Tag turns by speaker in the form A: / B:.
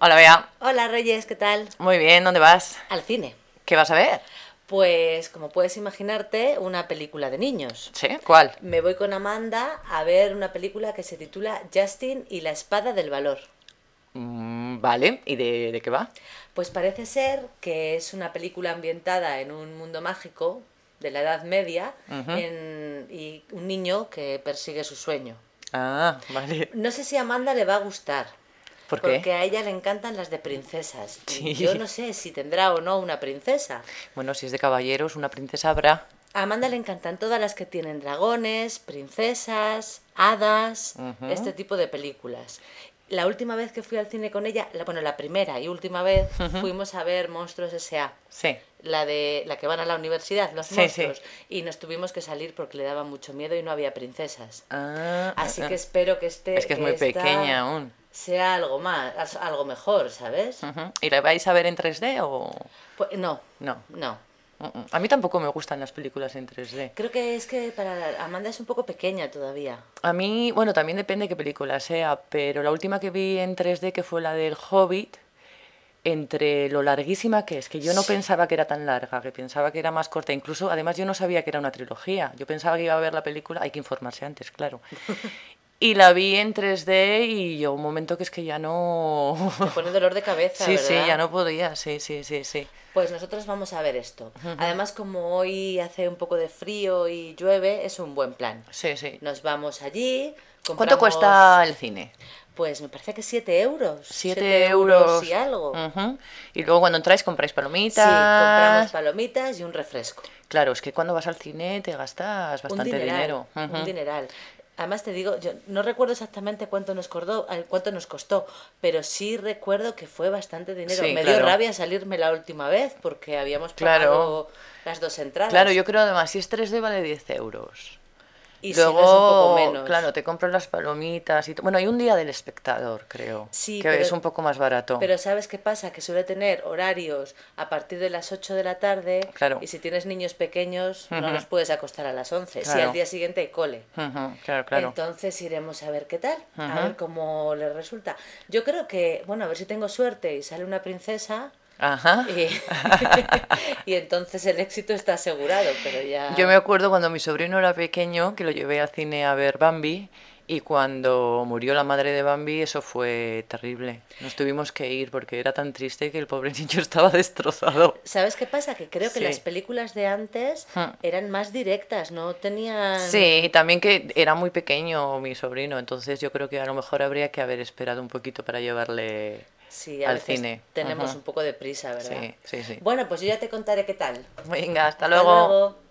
A: Hola, Bea.
B: Hola Reyes, ¿qué tal?
A: Muy bien, ¿dónde vas?
B: Al cine.
A: ¿Qué vas a ver?
B: Pues como puedes imaginarte, una película de niños.
A: ¿Sí? ¿Cuál?
B: Me voy con Amanda a ver una película que se titula Justin y la Espada del Valor.
A: Mm, vale, ¿y de, de qué va?
B: Pues parece ser que es una película ambientada en un mundo mágico de la Edad Media
A: Ujú.
B: en- y un niño que persigue su sueño.
A: Ah, vale.
B: No sé si a Amanda le va a gustar.
A: ¿Por qué?
B: Porque a ella le encantan las de princesas.
A: Sí.
B: Y Yo no sé si tendrá o no una princesa.
A: Bueno, si es de caballeros, una princesa habrá.
B: A Amanda le encantan todas las que tienen dragones, princesas, hadas,
A: Ujú.
B: este tipo de películas. La última vez que fui al cine con ella, la- bueno, la primera y última vez, fuimos a ver Monstruos S.A.,
A: Sí.
B: la de la que van a la universidad, los
A: Sí, sí.
B: monstruos, y nos tuvimos que salir porque le daba mucho miedo y no había princesas.
A: Ah,
B: Así
A: ah,
B: que
A: ah.
B: espero que este
A: es que es muy
B: esta
A: pequeña aún.
B: sea algo más, algo mejor, ¿sabes?
A: Ujú. ¿Y la vais a ver en 3D o...?
B: Pues, no,
A: No.
B: no.
A: Mm, mm. A mí tampoco me gustan las películas en 3D.
B: Creo que es que para Amanda es un poco pequeña todavía.
A: A mí, bueno, también depende de qué película sea, pero la última que vi en 3D, que fue la del Hobbit, entre lo larguísima que es, que yo no pensaba que era tan larga, que pensaba que era más corta, incluso, además yo no sabía que era una trilogía, yo pensaba que iba a ver la película, hay que informarse antes, claro. Y la vi en 3D y yo un momento que es que ya no...
B: Te pone dolor de cabeza,
A: Sí, sí,
B: ¿verdad?
A: ya no podía, sí, sí, sí, sí.
B: Pues nosotros vamos a ver esto. Además, como hoy hace un poco de frío y llueve, es un buen plan.
A: Sí, sí.
B: Nos vamos allí.
A: ¿Cuánto
B: compramos-
A: cuesta el cine?
B: Pues me parece que 7 euros.
A: 7
B: Siete
A: euros.
B: y algo.
A: Ujú. Y luego cuando entráis compráis
B: Sí,
A: palomitas.
B: compramos palomitas y un refresco.
A: Claro, es que cuando vas al cine te gastas bastante
B: un dineral,
A: dinero. Ujú.
B: Un dineral. Además te digo, yo no recuerdo exactamente cuánto nos, cordó, eh, cuánto nos costó, pero sí recuerdo que fue bastante dinero.
A: Sí,
B: me
A: claro.
B: dio rabia salirme la última vez porque habíamos
A: Claro.
B: pagado las dos entradas.
A: Claro, yo creo además, si es 3D vale 10 euros.
B: Y si no
A: Luego,
B: es un poco menos.
A: claro, te compras las palomitas y to- Bueno, hay un día del espectador, creo.
B: Sí,
A: que
B: pero-
A: es un poco más barato.
B: Pero ¿sabes qué pasa? Que suele tener horarios a partir de las 8 de la tarde
A: Claro.
B: y si tienes niños pequeños no los puedes acostar a las 11, si
A: Claro.
B: al día siguiente hay cole.
A: Ujú, Claro, claro.
B: Entonces iremos a ver qué tal,
A: Ujú.
B: a ver cómo les resulta. Yo creo que, bueno, a ver si tengo suerte y sale una princesa
A: Ajá.
B: y, y entonces el éxito está asegurado, pero ya...
A: Yo me acuerdo cuando mi sobrino era pequeño, que lo llevé al cine a ver Bambi, y cuando murió la madre de Bambi, eso fue terrible. Nos tuvimos que ir porque era tan triste que el pobre niño estaba destrozado.
B: ¿Sabes qué pasa? Que creo que
A: Sí.
B: las películas de antes
A: Ujú.
B: eran más directas, no tenían...
A: Sí, y también que era muy pequeño mi sobrino, entonces yo creo que a lo mejor habría que haber esperado un poquito para llevarle
B: Sí, a
A: al
B: veces
A: cine.
B: tenemos
A: Ujú.
B: un poco de prisa, ¿verdad?
A: Sí, sí, sí.
B: Bueno, pues yo ya te contaré qué tal.
A: Venga, hasta
B: Hasta
A: luego.
B: luego.